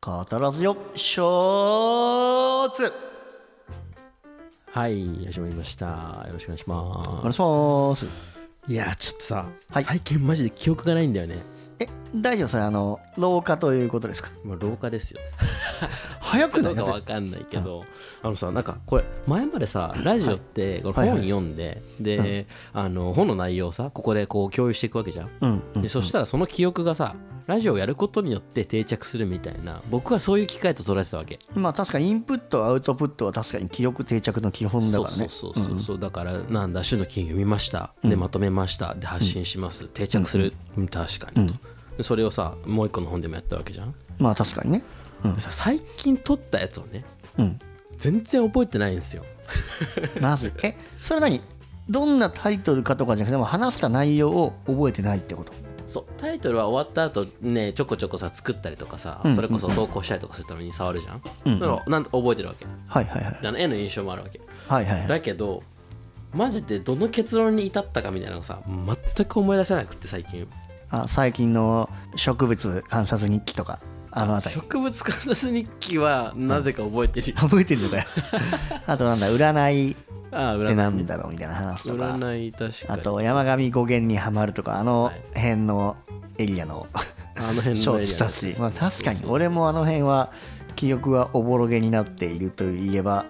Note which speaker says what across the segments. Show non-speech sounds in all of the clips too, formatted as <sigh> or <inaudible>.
Speaker 1: 語らずよショーツ
Speaker 2: はい始まりましたよろしくお願いし
Speaker 1: お
Speaker 2: ま
Speaker 1: 願いします
Speaker 2: すいやちょっとさ、
Speaker 1: はい
Speaker 2: 最近マジで記憶がないんだよね
Speaker 1: え大丈夫それあの老化ということですか
Speaker 2: もう廊下ですよ
Speaker 1: 早くな
Speaker 2: ど
Speaker 1: いう
Speaker 2: かわかんないけどあのさなんかこれ前までさラジオってこ
Speaker 1: は
Speaker 2: れ
Speaker 1: い
Speaker 2: 本読んで、で、あの本の内容をさここでこう共有していくわけじゃん
Speaker 1: うんうん
Speaker 2: でそしたらその記憶がさラジオをやることによって定着するみたいな僕はそういう機会と捉えてたわけ
Speaker 1: まあ確かにインプットアウトプットは確かに記憶定着の基本だからね
Speaker 2: そうそうそうそうそう、だからなんだ週の金読みましたでまとめましたで発信します、定着する、うん確かにと、でそれをさもう一個の本でもやったわけじゃん、
Speaker 1: まあ確かにね
Speaker 2: でさ最近撮ったやつをね
Speaker 1: うん
Speaker 2: 全然覚えてないんですよ
Speaker 1: まずえそれ何どんなタイトルかとかじゃなくても話した内容を覚えてないってこと
Speaker 2: そうタイトルは終わった後ねちょこちょこさ作ったりとかさ、
Speaker 1: うん
Speaker 2: それこそ投稿したりとかするために触るじゃん、
Speaker 1: うん
Speaker 2: だからなんと覚えてるわけ
Speaker 1: はいはいはい
Speaker 2: であの絵の印象もあるわけ
Speaker 1: はいはいはい
Speaker 2: だけどマジでどの結論に至ったかみたいなのがさ全く思い出せなくって最近
Speaker 1: あ最近の植物観察日記とかあのあたり
Speaker 2: 植物観察日記はなぜか覚え
Speaker 1: <laughs>
Speaker 2: てるよ、
Speaker 1: 覚えてるのかよあとなんだ占いっ
Speaker 2: ああ
Speaker 1: て
Speaker 2: 占い
Speaker 1: なんだろうみたいな話とか
Speaker 2: 占い確か
Speaker 1: あ
Speaker 2: に
Speaker 1: と山上語源にはまるとかあの辺のエリアの
Speaker 2: あの辺
Speaker 1: 小
Speaker 2: のエリア
Speaker 1: 津たち、まあ、確かに
Speaker 2: そうそう
Speaker 1: 俺もあの辺は記憶がおぼろげになっているといえば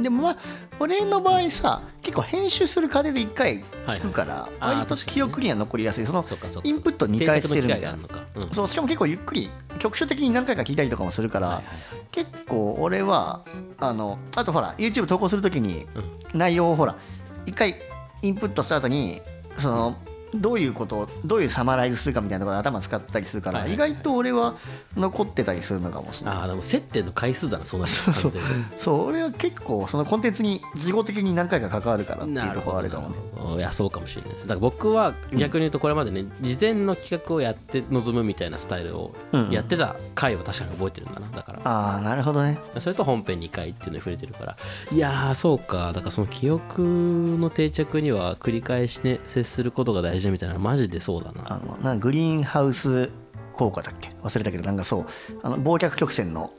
Speaker 1: でもまあ俺の場合さ結構編集する過程で1回聞くから、
Speaker 2: はいあー
Speaker 1: 割と
Speaker 2: 確かにね
Speaker 1: 記憶には残りやすいその
Speaker 2: そうかそうか
Speaker 1: インプット2回してるみたい
Speaker 2: 定着
Speaker 1: な
Speaker 2: の機会があるのか、うん
Speaker 1: そうしかも結構ゆっくり局所的に何回か聞いたりとかもするから、
Speaker 2: はいはいはい
Speaker 1: 結構俺はあのあとほら YouTube 投稿するときに内容をほら一回インプットした後にそのどういうことをどういうサマライズするかみたいなところで頭使ったりするから、
Speaker 2: はいはいはい
Speaker 1: 意外と俺は残ってたりするのかもしれない
Speaker 2: ああでも接点の回数だなそうなる
Speaker 1: そうそう
Speaker 2: 完全に
Speaker 1: そう俺は結構そのコンテンツに事後的に何回か関わるからっていうところはあるかもね
Speaker 2: ね。いやそうかもしれないです。だから僕は逆に言うとこれまでね、事前の企画をやって臨むみたいなスタイルを
Speaker 1: うんうん
Speaker 2: やってた回は確かに覚えてるんだな。だから。
Speaker 1: ああなるほどね
Speaker 2: それと本編2回っていうのに触れてるからいやーそうかだからその記憶の定着には繰り返しね接することが大事だみたいなマジでそうだな
Speaker 1: あのなんかグリーンハウス効果だっけ忘れたけどなんかそうあの忘却曲線の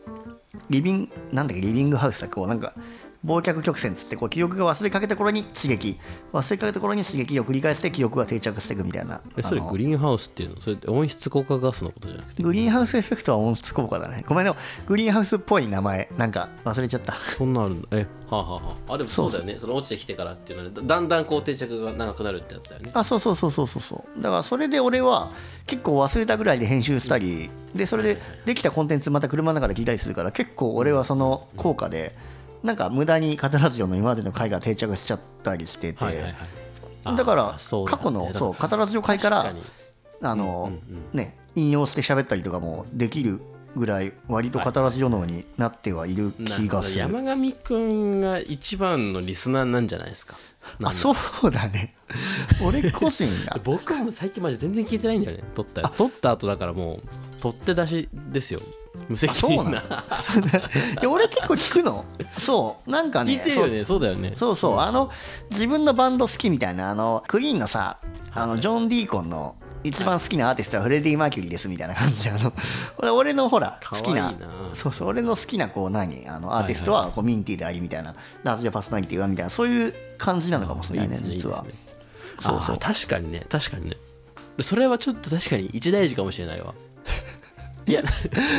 Speaker 1: リビンなんだっけリビングハウスだっけこうなんか忘却曲線っつってこう記憶が忘れかけた頃に刺激忘れかけた頃に刺激を繰り返して記憶が定着していくみたいな
Speaker 2: えそれ
Speaker 1: あの
Speaker 2: グリーンハウスっていうのそれって温室効果ガスのことじゃなくて
Speaker 1: グリーンハウスエフェクトは温室効果だねごめんでもグリーンハウスっぽい名前なんか忘れちゃった
Speaker 2: そんなんあるんだえはあ、はあはあ、あでもそうだよねその落ちてきてからっていうのでだだんだんこう定着が長くなるってやつだよね
Speaker 1: あそうそうそうそうそうそうだからそれで俺は結構忘れたぐらいで編集したりでそれでできたコンテンツまた車の中で聞いたりするから結構俺はその効果でなんか無駄に語らずよの今までの回が定着しちゃったりしてて、
Speaker 2: はいはいはいあー
Speaker 1: だから
Speaker 2: そうだ
Speaker 1: 過去
Speaker 2: ね
Speaker 1: の
Speaker 2: だ
Speaker 1: そう語らずよ回か
Speaker 2: 確
Speaker 1: ら
Speaker 2: に
Speaker 1: あの、ね引用して喋ったりとかもできるぐらい割と語らずよのになってはいる気がする、
Speaker 2: なるほど山上くんが一番のリスナーなんじゃないですか
Speaker 1: あそうだね <laughs> 俺個人が
Speaker 2: 僕も最近マジ全然聞いてないんだよね撮ったやつ撮った後だからもう取って出しですよ無責任な
Speaker 1: あいや俺結構聞くのそうなんかね
Speaker 2: 聞いてるよねそうだよね
Speaker 1: そうそうあの自分のバンド好きみたいなあのクリーンのさあのジョン・ディーコンの一番好きなアーティストはフレディ・マーキュリーですみたいな感じであ
Speaker 2: <laughs>
Speaker 1: の俺俺のほら
Speaker 2: か
Speaker 1: 好
Speaker 2: わい
Speaker 1: き
Speaker 2: いな
Speaker 1: なそうそう俺の好きなこう何あのアーティストはこうミンティでありみたいなラジオパーソナリティはみたいなそういう感じなのかもしれないね
Speaker 2: いいですね
Speaker 1: 実はい
Speaker 2: いですね
Speaker 1: そ
Speaker 2: あ
Speaker 1: うそう
Speaker 2: ー確かにね確かにねそれはちょっと確かに一大事かもし
Speaker 1: <laughs>
Speaker 2: れないわいや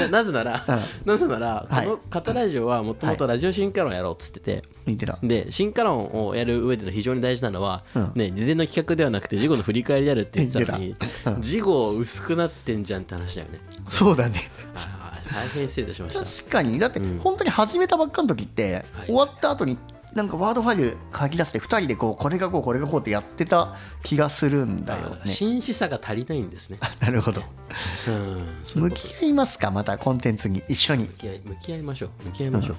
Speaker 2: ななぜなら、なぜならこ
Speaker 1: はい
Speaker 2: の「片ラジオ」はもともとラジオ進化論やろうっつってて、
Speaker 1: 見てた
Speaker 2: で進化論をやる上での非常に大事なのは、
Speaker 1: うん
Speaker 2: ね、事前の企画ではなくて事後の振り返りであるって言ってたのに
Speaker 1: <laughs> 言たうん
Speaker 2: 事後薄くなってんじゃんって話だよね
Speaker 1: そうだね
Speaker 2: あー大変失礼いたしました
Speaker 1: 確かにだって本当に始めたばっかの時って、
Speaker 2: はい
Speaker 1: 終わった後になんかワードファイル書き出して2人でこうこれがこうこれがこうってやってた気がするんだよ
Speaker 2: あー
Speaker 1: ね
Speaker 2: 真摯さが足りないんですね、
Speaker 1: なるほど
Speaker 2: うん、そうい
Speaker 1: 向
Speaker 2: うこと
Speaker 1: き合いますかまたコンテンツに一緒に
Speaker 2: 向き合い向き合いましょう向き合いましょう、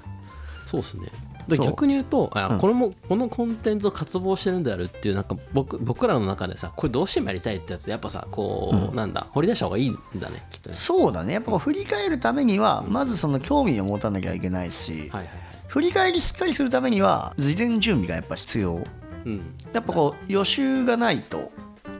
Speaker 2: そうですねで
Speaker 1: そう
Speaker 2: 逆に言うとあ、
Speaker 1: ん
Speaker 2: これもこのコンテンツを渇望してるんであるっていうなんか僕僕らの中でさこれどうしてもやりたいってやつやっぱさこう、なんだ掘り出した方がいいんだねきっとね
Speaker 1: そうだねやっぱこう振り返るためにはまずその興味を持たなきゃいけないし、
Speaker 2: はいはいはい
Speaker 1: 振り返りしっかりするためには事前準備がやっぱ必要
Speaker 2: うん
Speaker 1: やっぱこう予習がないと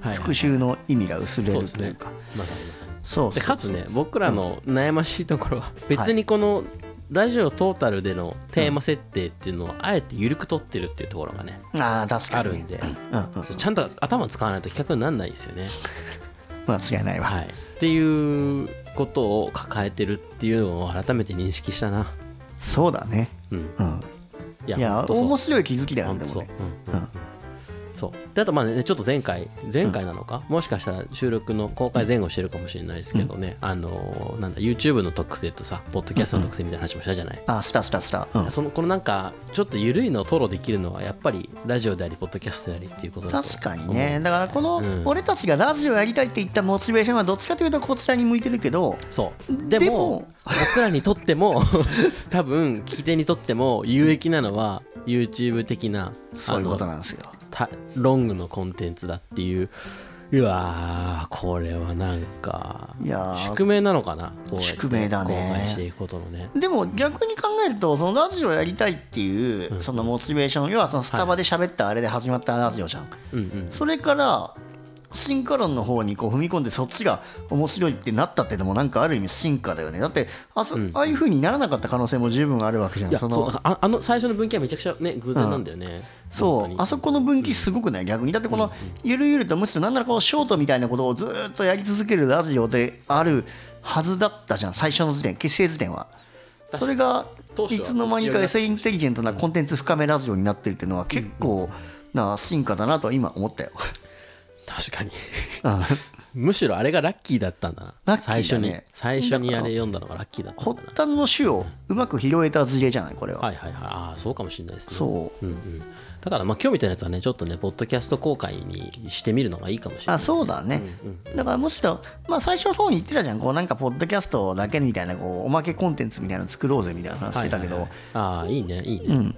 Speaker 2: はいはい
Speaker 1: 復習の意味が薄れ
Speaker 2: そう
Speaker 1: る
Speaker 2: です
Speaker 1: とい
Speaker 2: ね
Speaker 1: うか、
Speaker 2: まさにまさに
Speaker 1: そう
Speaker 2: で
Speaker 1: そ
Speaker 2: か
Speaker 1: う
Speaker 2: つね僕らの悩ましいところは別にこのラジオトータルでのテーマ設定っていうのをあえて緩く取ってるっていうところがね
Speaker 1: ああ確
Speaker 2: あ
Speaker 1: か
Speaker 2: る
Speaker 1: に、
Speaker 2: ん
Speaker 1: ね、
Speaker 2: で
Speaker 1: うんうん
Speaker 2: ちゃんと頭使わないと企画にならないんですよね。
Speaker 1: 間違いないわ、
Speaker 2: はい、っていうことを抱えてるっていうのを改めて認識したな。
Speaker 1: そうだね
Speaker 2: うん、
Speaker 1: うん
Speaker 2: いや
Speaker 1: いや
Speaker 2: ほんとそう
Speaker 1: 面白い気づきだよ
Speaker 2: 本
Speaker 1: ね
Speaker 2: 当
Speaker 1: でも
Speaker 2: そう
Speaker 1: ね。
Speaker 2: うんうんそうであとまあねちょっと前回前回なのか、もしかしたら収録の公開前後してるかもしれないですけどね、あのーなんだ YouTube の特性とさポッドキャストの特性みたいな話もしたじゃない、
Speaker 1: あしたしたした、うん、
Speaker 2: そのこのなんかちょっと緩いのを吐露できるのはやっぱりラジオでありポッドキャストでありっていうことだと
Speaker 1: 確かにねだからこの
Speaker 2: うん
Speaker 1: 俺たちがラジオやりたいって言ったモチベーションはどっちかというとこちらに向いてるけど
Speaker 2: そうでも
Speaker 1: でも
Speaker 2: 僕らにとっても <laughs> 多分聞き手にとっても有益なのは YouTube 的な
Speaker 1: そういうこと
Speaker 2: あの
Speaker 1: なんですよ
Speaker 2: たロングのコンテンツだっていううわーこれはなんか
Speaker 1: いやー
Speaker 2: 宿命なのかなこうやって
Speaker 1: 宿命だね
Speaker 2: 公開していくことのね
Speaker 1: でも逆に考えるとそのラジオやりたいっていうそのモチベーション要はそのスタバで喋ったあれで始まったラジオじゃん
Speaker 2: うんうん
Speaker 1: それから進化論の方にこう踏み込んでそっちが面白いってなったってのもなんかある意味進化だよねだってあそああいう風にならなかった可能性も十分あるわけじゃ
Speaker 2: い
Speaker 1: ん
Speaker 2: や
Speaker 1: そ
Speaker 2: そう
Speaker 1: の
Speaker 2: だからああの最初の文献はめちゃくちゃね偶然なんだよね、
Speaker 1: そ
Speaker 2: 本当
Speaker 1: う
Speaker 2: に
Speaker 1: あそこの分岐すごくない逆にだってこのゆるゆるとむしろなんならこうショートみたいなことをずーっとやり続けるラジオであるはずだったじゃん最初の時点結成時点はそれが
Speaker 2: 当初
Speaker 1: い
Speaker 2: は
Speaker 1: つの間にか
Speaker 2: いろいろ
Speaker 1: SE インテリジェントなコンテンツ深めラジオになってるっていうのは結構な進化だなと今思ったよ
Speaker 2: 確かに
Speaker 1: うん
Speaker 2: むしろあれがラッキーだったんだな
Speaker 1: ラッキーだ
Speaker 2: 最
Speaker 1: ね
Speaker 2: 初に最初に
Speaker 1: だ
Speaker 2: あ
Speaker 1: から
Speaker 2: れ読んだのがラッキーだったん
Speaker 1: 発
Speaker 2: だな
Speaker 1: 端の種をうまく拾えた事例じゃないこれは
Speaker 2: はいはいはいああそうかもしれないですね
Speaker 1: そう
Speaker 2: うんうん、だからまあ今日みたいなやつはねちょっとねポッドキャスト公開にしてみるのがいいかもしれない
Speaker 1: あそうだね、だからむしろ、まあ、最初の方に言ってたじゃんこうなんかポッドキャストだけみたいなこうおまけコンテンツみたいなの作ろうぜみたいな話してたけど、
Speaker 2: はいはいはいああいいねいいね、
Speaker 1: ん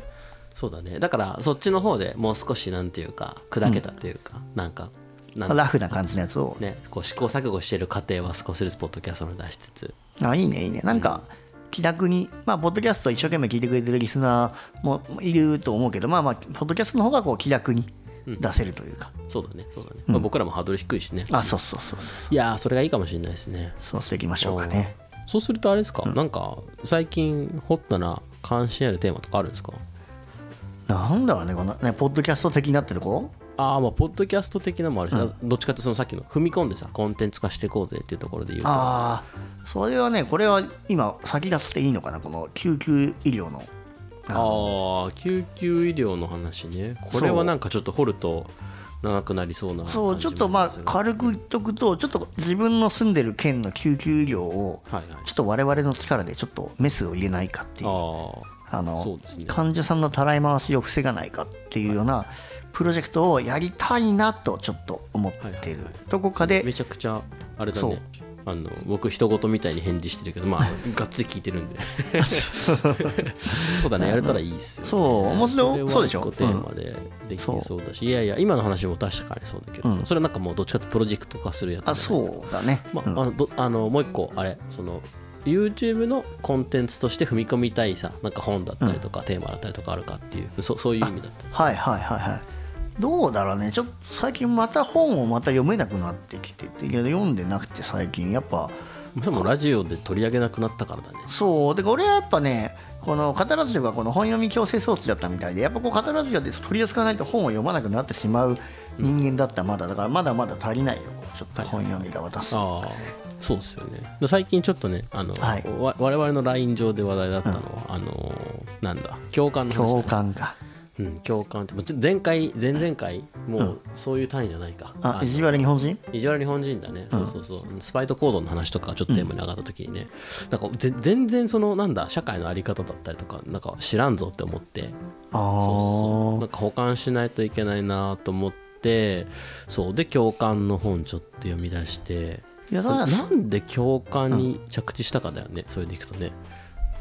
Speaker 2: そうだねだからそっちの方でもう少しなんていうか砕けたというか、なんかなん
Speaker 1: ラフな感じのやつを、
Speaker 2: ね、こう試行錯誤してる過程は少しずつポッドキャストに出しつつ
Speaker 1: あいいねいいねなんか気楽にまあポッドキャスト一生懸命聞いてくれてるリスナーもいると思うけどまあまあポッドキャストの方がこう気楽に出せるというか、
Speaker 2: そうだねそうだね、まあ、僕らもハードル低いしね、
Speaker 1: あそうそうそうそう
Speaker 2: いやーそれがいいかもしれないですね
Speaker 1: そうしていきましょうかね
Speaker 2: そうするとあれですか、なんか最近ホットな関心あるテーマとかあるんですか
Speaker 1: なんだろうねこのねポッドキャスト的なってとこ
Speaker 2: ああまあポッドキャスト的なのもあるし、どっちかってそのさっきの踏み込んでさコンテンツ化していこうぜっていうところで言うと
Speaker 1: ああそれはねこれは今先出していいのかなこの救急医療のあの
Speaker 2: ああ救急医療の話ねこれはなんかちょっと掘ると長くなりそうな感じ
Speaker 1: そうちょっとまあ
Speaker 2: もりますよね
Speaker 1: 軽く言っとくとちょっと自分の住んでる県の救急医療を
Speaker 2: はいはい
Speaker 1: ちょっと我々の力でちょっとメスを入れないかっていう
Speaker 2: あ
Speaker 1: あの
Speaker 2: そうですね
Speaker 1: 患者さんのたらい回しを防がないかっていうようなプロジェクトをやりたいなとちょっと思っている、
Speaker 2: はいはいはい
Speaker 1: どこか
Speaker 2: あめ
Speaker 1: で
Speaker 2: ちゃくちゃあれだ
Speaker 1: そう
Speaker 2: ねあの僕人事みたいに返事してるけど
Speaker 1: <laughs>
Speaker 2: まあがっつり聞いてるんでそうだねやれたらいいっすよね
Speaker 1: そう面白い
Speaker 2: れは
Speaker 1: そうでしょ
Speaker 2: 一個テーマでできそうだしいやいや今の話も確かにそうだけどさそれはなんかもうどっちかってプロジェクト化するやつじゃ
Speaker 1: あ
Speaker 2: ないですか
Speaker 1: そうだね、
Speaker 2: まあ、
Speaker 1: うん
Speaker 2: あのどあのもう一個あれその YouTube のコンテンツとして踏み込みたいさなんか本だったりとか、テーマだったりとかあるかっていうそそういう意味だった
Speaker 1: はいはいはいはいどうだろうねちょっと最近また本をまた読めなくなってきてていや読んでなくて最近やっぱ
Speaker 2: でもラジオで取り上げなくなったからだね
Speaker 1: そうで俺はやっぱねこのカタラジオがこの本読み強制装置だったみたいでやっぱこうカタラジオで取り扱わないと本を読まなくなってしまう人間だったまだだからまだまだ足りないよこうちょっと本読みが私、
Speaker 2: ああそうですよねで最近ちょっとねあの、
Speaker 1: はい
Speaker 2: わ我々の LINE 上で話題だったのは、あのーなんだ共感の話
Speaker 1: 共
Speaker 2: だ
Speaker 1: 感か
Speaker 2: うん、共感ってもうちょ前回前々回もうそういう単位じゃないか、
Speaker 1: あ
Speaker 2: の
Speaker 1: 意地悪日本人
Speaker 2: 異常な日本人だね、そうそうそうスパイト行動の話とかちょっとテーマに上がった時にね、なんかぜ全然そのなんだ社会の在り方だったりとかなんか知らんぞって思っ
Speaker 1: あ
Speaker 2: てそうそうな
Speaker 1: ー
Speaker 2: んか保管しないといけないなと思ってそうで共感の本ちょっと読み出して
Speaker 1: いやただ
Speaker 2: なんで共感に着地したかだよね、それでいくとね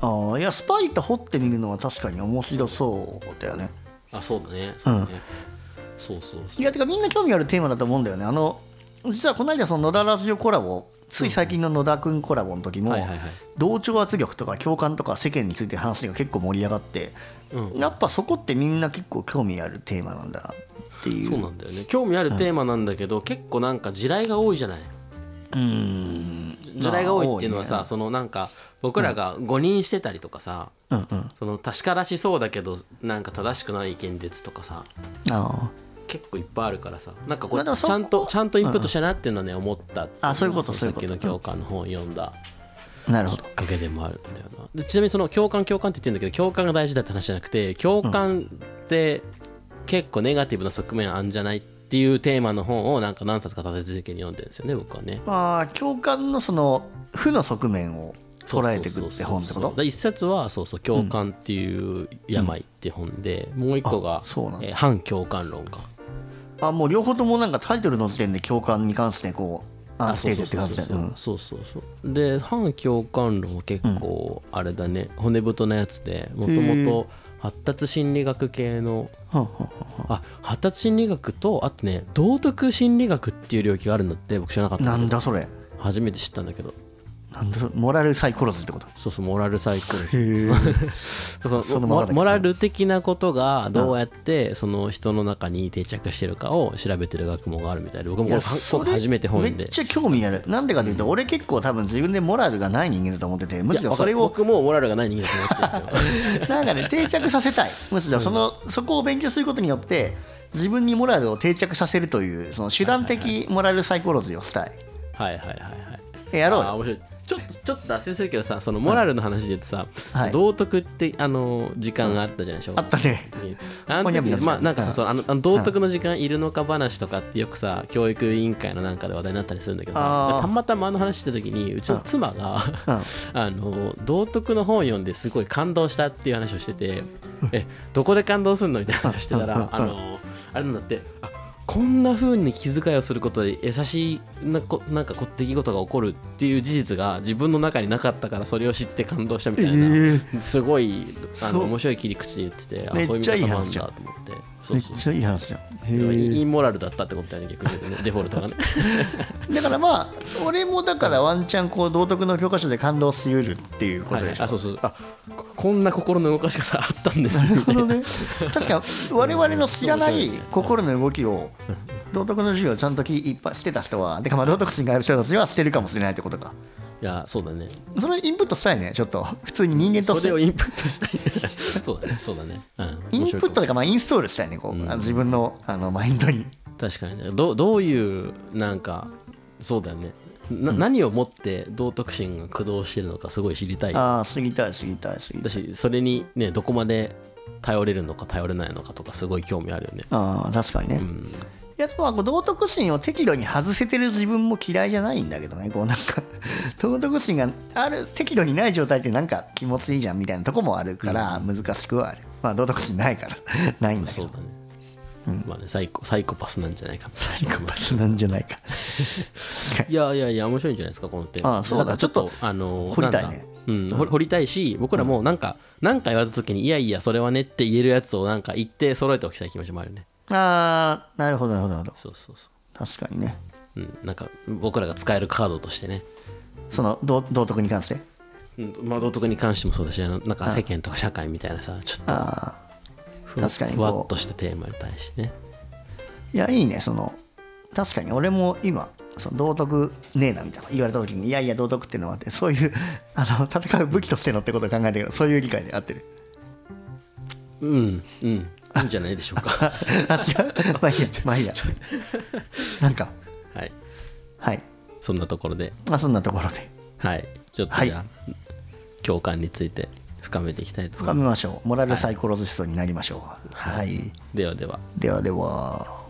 Speaker 1: あーいやスパイと掘ってみるのは確かに面白そうだよね
Speaker 2: あそうだねそうだね、そうそうそう
Speaker 1: いやてかみんな興味あるテーマだと思うんだよねあの実はこの間その野田ラジオコラボつい最近の野田君コラボの時も、
Speaker 2: はいはいはい
Speaker 1: 同調圧力とか共感とか世間について話が結構盛り上がって、
Speaker 2: うん
Speaker 1: やっぱそこってみんな結構興味あるテーマなんだなっていう
Speaker 2: そうなんだよね興味あるテーマなんだけど、結構なんか地雷が多いじゃない
Speaker 1: うん
Speaker 2: 除雷が多いっていうの
Speaker 1: まあ多
Speaker 2: は
Speaker 1: い
Speaker 2: さ
Speaker 1: ね
Speaker 2: そのなんか僕らが誤認してたりとかさ
Speaker 1: うんうん
Speaker 2: その確からしそうだけどなんか正しくない現実とかさ
Speaker 1: あ
Speaker 2: 結構いっぱいあるからさなんかこ
Speaker 1: まあ
Speaker 2: う
Speaker 1: でもそ
Speaker 2: ち
Speaker 1: こ
Speaker 2: ゃんとちゃんとインプットしたなっていうのはね思ったっていのは
Speaker 1: あそういうこと
Speaker 2: さっき
Speaker 1: そうい
Speaker 2: の
Speaker 1: うこと
Speaker 2: 教官の本を読んだ
Speaker 1: あなるほど
Speaker 2: きっかけでもあるんだよなでちなみにその共感共感って言ってるんだけど共感が大事だって話じゃなくて共感って結構ネガティブな側面あるんじゃないっていうテーマの本をなんか何冊か立て続けに読んでるんですよね僕はね
Speaker 1: まあ共感のその負の側面を捉えてい
Speaker 2: そ
Speaker 1: くっ
Speaker 2: うそうそうそ
Speaker 1: て
Speaker 2: う
Speaker 1: 本ってこ
Speaker 2: だか
Speaker 1: と
Speaker 2: ら一冊はそうそう共感っていう病って本で、もう一個が
Speaker 1: あそうなんだ
Speaker 2: えー反共感論か
Speaker 1: あもう両方ともなんかタイトルの時点で共感に関してこうあス
Speaker 2: そ
Speaker 1: テ
Speaker 2: う
Speaker 1: ージ
Speaker 2: そう
Speaker 1: って感じだよ
Speaker 2: そう
Speaker 1: ね
Speaker 2: そうそうそうそうで反共感論は結構あれだね、骨太なやつでもともと発達心理学系の
Speaker 1: うんうんうん
Speaker 2: あ発達心理学とあとね道徳心理学っていう領域があるんだって僕知らなかったん
Speaker 1: な
Speaker 2: だけ
Speaker 1: ん
Speaker 2: ど
Speaker 1: だそれ
Speaker 2: 初めて知ったんだけど
Speaker 1: なんだそれモラルサイコロジーってこと
Speaker 2: そうそうモラルサイクル
Speaker 1: へえ
Speaker 2: <laughs> そう
Speaker 1: そのまま
Speaker 2: モ
Speaker 1: だけど
Speaker 2: モラル的なことがどうやってその人の中に定着してるかを調べてる学問があるみたいで僕もこれ今回初めて本
Speaker 1: め
Speaker 2: で
Speaker 1: っちゃ興味あるなんでかというと、俺結構多分自分でモラルがない人間だと思っててむし
Speaker 2: いや
Speaker 1: ろ
Speaker 2: わか
Speaker 1: それ
Speaker 2: る
Speaker 1: を
Speaker 2: 僕もモラルがない人間だと思ってるん
Speaker 1: <laughs>
Speaker 2: ですよ
Speaker 1: なんかね定着させたいむしろその、そこを勉強することによって自分にモラルを定着させるというその手段的モラルサイコロジーをしたい,、
Speaker 2: はいはいはいはい
Speaker 1: えやろう
Speaker 2: あー
Speaker 1: よ
Speaker 2: 面白いちょっとちょっと脱線するけどさそのモラルの話で言うとさ、
Speaker 1: はい
Speaker 2: 道徳ってあの時間があったじゃない小
Speaker 1: あ
Speaker 2: 学
Speaker 1: った
Speaker 2: 校
Speaker 1: ね
Speaker 2: あの
Speaker 1: ほに
Speaker 2: 時
Speaker 1: ゃみなさん
Speaker 2: まあなんか
Speaker 1: う
Speaker 2: さ
Speaker 1: ん
Speaker 2: そうあのあの道徳の時間いるのか話とかってよくさ教育委員会のなんかで話題になったりするんだけど
Speaker 1: あー
Speaker 2: さたまたまあの話した時にうちの妻が
Speaker 1: うん
Speaker 2: <laughs> あの道徳の本読んですごい感動したっていう話をしててえどこで感動するのみたいな話をしてた
Speaker 1: うんうん
Speaker 2: ら
Speaker 1: うん
Speaker 2: あのあれなんだってあこんな風に気遣いをすることで優しいなこなんかこ出来事が起こるっていう事実が自分の中になかったからそれを知って感動したみたいな、
Speaker 1: え
Speaker 2: すごいあ
Speaker 1: そ
Speaker 2: の
Speaker 1: う
Speaker 2: 面白い切り口で言ってて
Speaker 1: め
Speaker 2: あ
Speaker 1: っ
Speaker 2: そういう見
Speaker 1: ちゃいい
Speaker 2: 方もある
Speaker 1: 話
Speaker 2: ん
Speaker 1: じゃん
Speaker 2: だと思ってそ
Speaker 1: め
Speaker 2: う
Speaker 1: っ
Speaker 2: そう
Speaker 1: ちゃいい話じゃん
Speaker 2: イ
Speaker 1: へ
Speaker 2: インモラルだったってことだよね逆
Speaker 1: <laughs>
Speaker 2: に言うとねデフォルトがね
Speaker 1: えだからまあ俺もだからワンチャンこう道徳の教科書で感動しうるっていうこ
Speaker 2: は
Speaker 1: と
Speaker 2: い
Speaker 1: で
Speaker 2: はい
Speaker 1: しょ、
Speaker 2: あそうそうあここんな心の動かし方あったんですね
Speaker 1: なるほどね確か我々の知らない心の動きを道徳の授業をちゃんときいっぱいしてた人はでかまあ道徳心がある人たちはしてるかもしれないってことか
Speaker 2: いやそうだね
Speaker 1: それインプットしたいねちょっと普通に人間と
Speaker 2: そ
Speaker 1: して
Speaker 2: れをインプットしたい <laughs> そうだねそうだね、うん、
Speaker 1: イン
Speaker 2: 面
Speaker 1: プ
Speaker 2: 白
Speaker 1: ット
Speaker 2: いかも
Speaker 1: というかまあインストールしたいねこう、あの自分のあのマインドに
Speaker 2: 確かにねどうどういうなんかそうだよねな、何をもって道徳心が駆動してるのかすごい知りたい
Speaker 1: ああ過ぎたい過ぎたい過ぎた
Speaker 2: だ
Speaker 1: い
Speaker 2: しそれにねどこまで頼れるのか頼れないのかとかすごい興味あるよね
Speaker 1: ああ確かにね、いやでもまあこう道徳心を適度に外せてる自分も嫌いじゃないんだけどねこうなんか <laughs> 道徳心がある適度にない状態ってなんか気持ちいいじゃんみたいなとこもあるから難しくはある、まあ道徳心ないから <laughs> ないんだけ
Speaker 2: そう
Speaker 1: ど
Speaker 2: だね、まあねサイコサイコパスなんじゃないかなサイコパ
Speaker 1: 別なんじゃないか
Speaker 2: いやいやいや面白いんじゃないですかこのテーマ
Speaker 1: ああそうだ
Speaker 2: からちょっとあの
Speaker 1: 掘りたいね
Speaker 2: なんだうん、掘掘りたいし僕らもなんか何か言われた時にいやいやそれはねって言えるやつをなんか言って揃えておきたい気持ちもあるね
Speaker 1: ああなるほどなるほどなるほ
Speaker 2: そうそうそ
Speaker 1: ど確かにね
Speaker 2: ううんなんか僕らが使えるカードとしてね
Speaker 1: その道道徳に関して
Speaker 2: うんまあ道徳に関してもそうだしあのなんか世間とか社会みたいなさちょっと
Speaker 1: ああ
Speaker 2: ふ
Speaker 1: 確かにこ
Speaker 2: ふ
Speaker 1: う
Speaker 2: わっとしたテーマに対してね
Speaker 1: いやいいねその確かに俺も今その道徳ねえなみたいな言われた時にいやいや道徳ってのはあってそういうあの戦う武器としてのってことを考えたけどそういう理解で合ってる
Speaker 2: うんうんいいんじゃないでしょう
Speaker 1: <laughs>
Speaker 2: か
Speaker 1: あ違うまあいいやまあいいやなんか
Speaker 2: はい
Speaker 1: はい
Speaker 2: そんなところで
Speaker 1: まあそんなところで
Speaker 2: はいちょっとじゃあ、共感について深めていきたいと思い
Speaker 1: 深
Speaker 2: ま
Speaker 1: めましょうモラルサイコロジストになりましょうはい、
Speaker 2: すではでは
Speaker 1: ではでは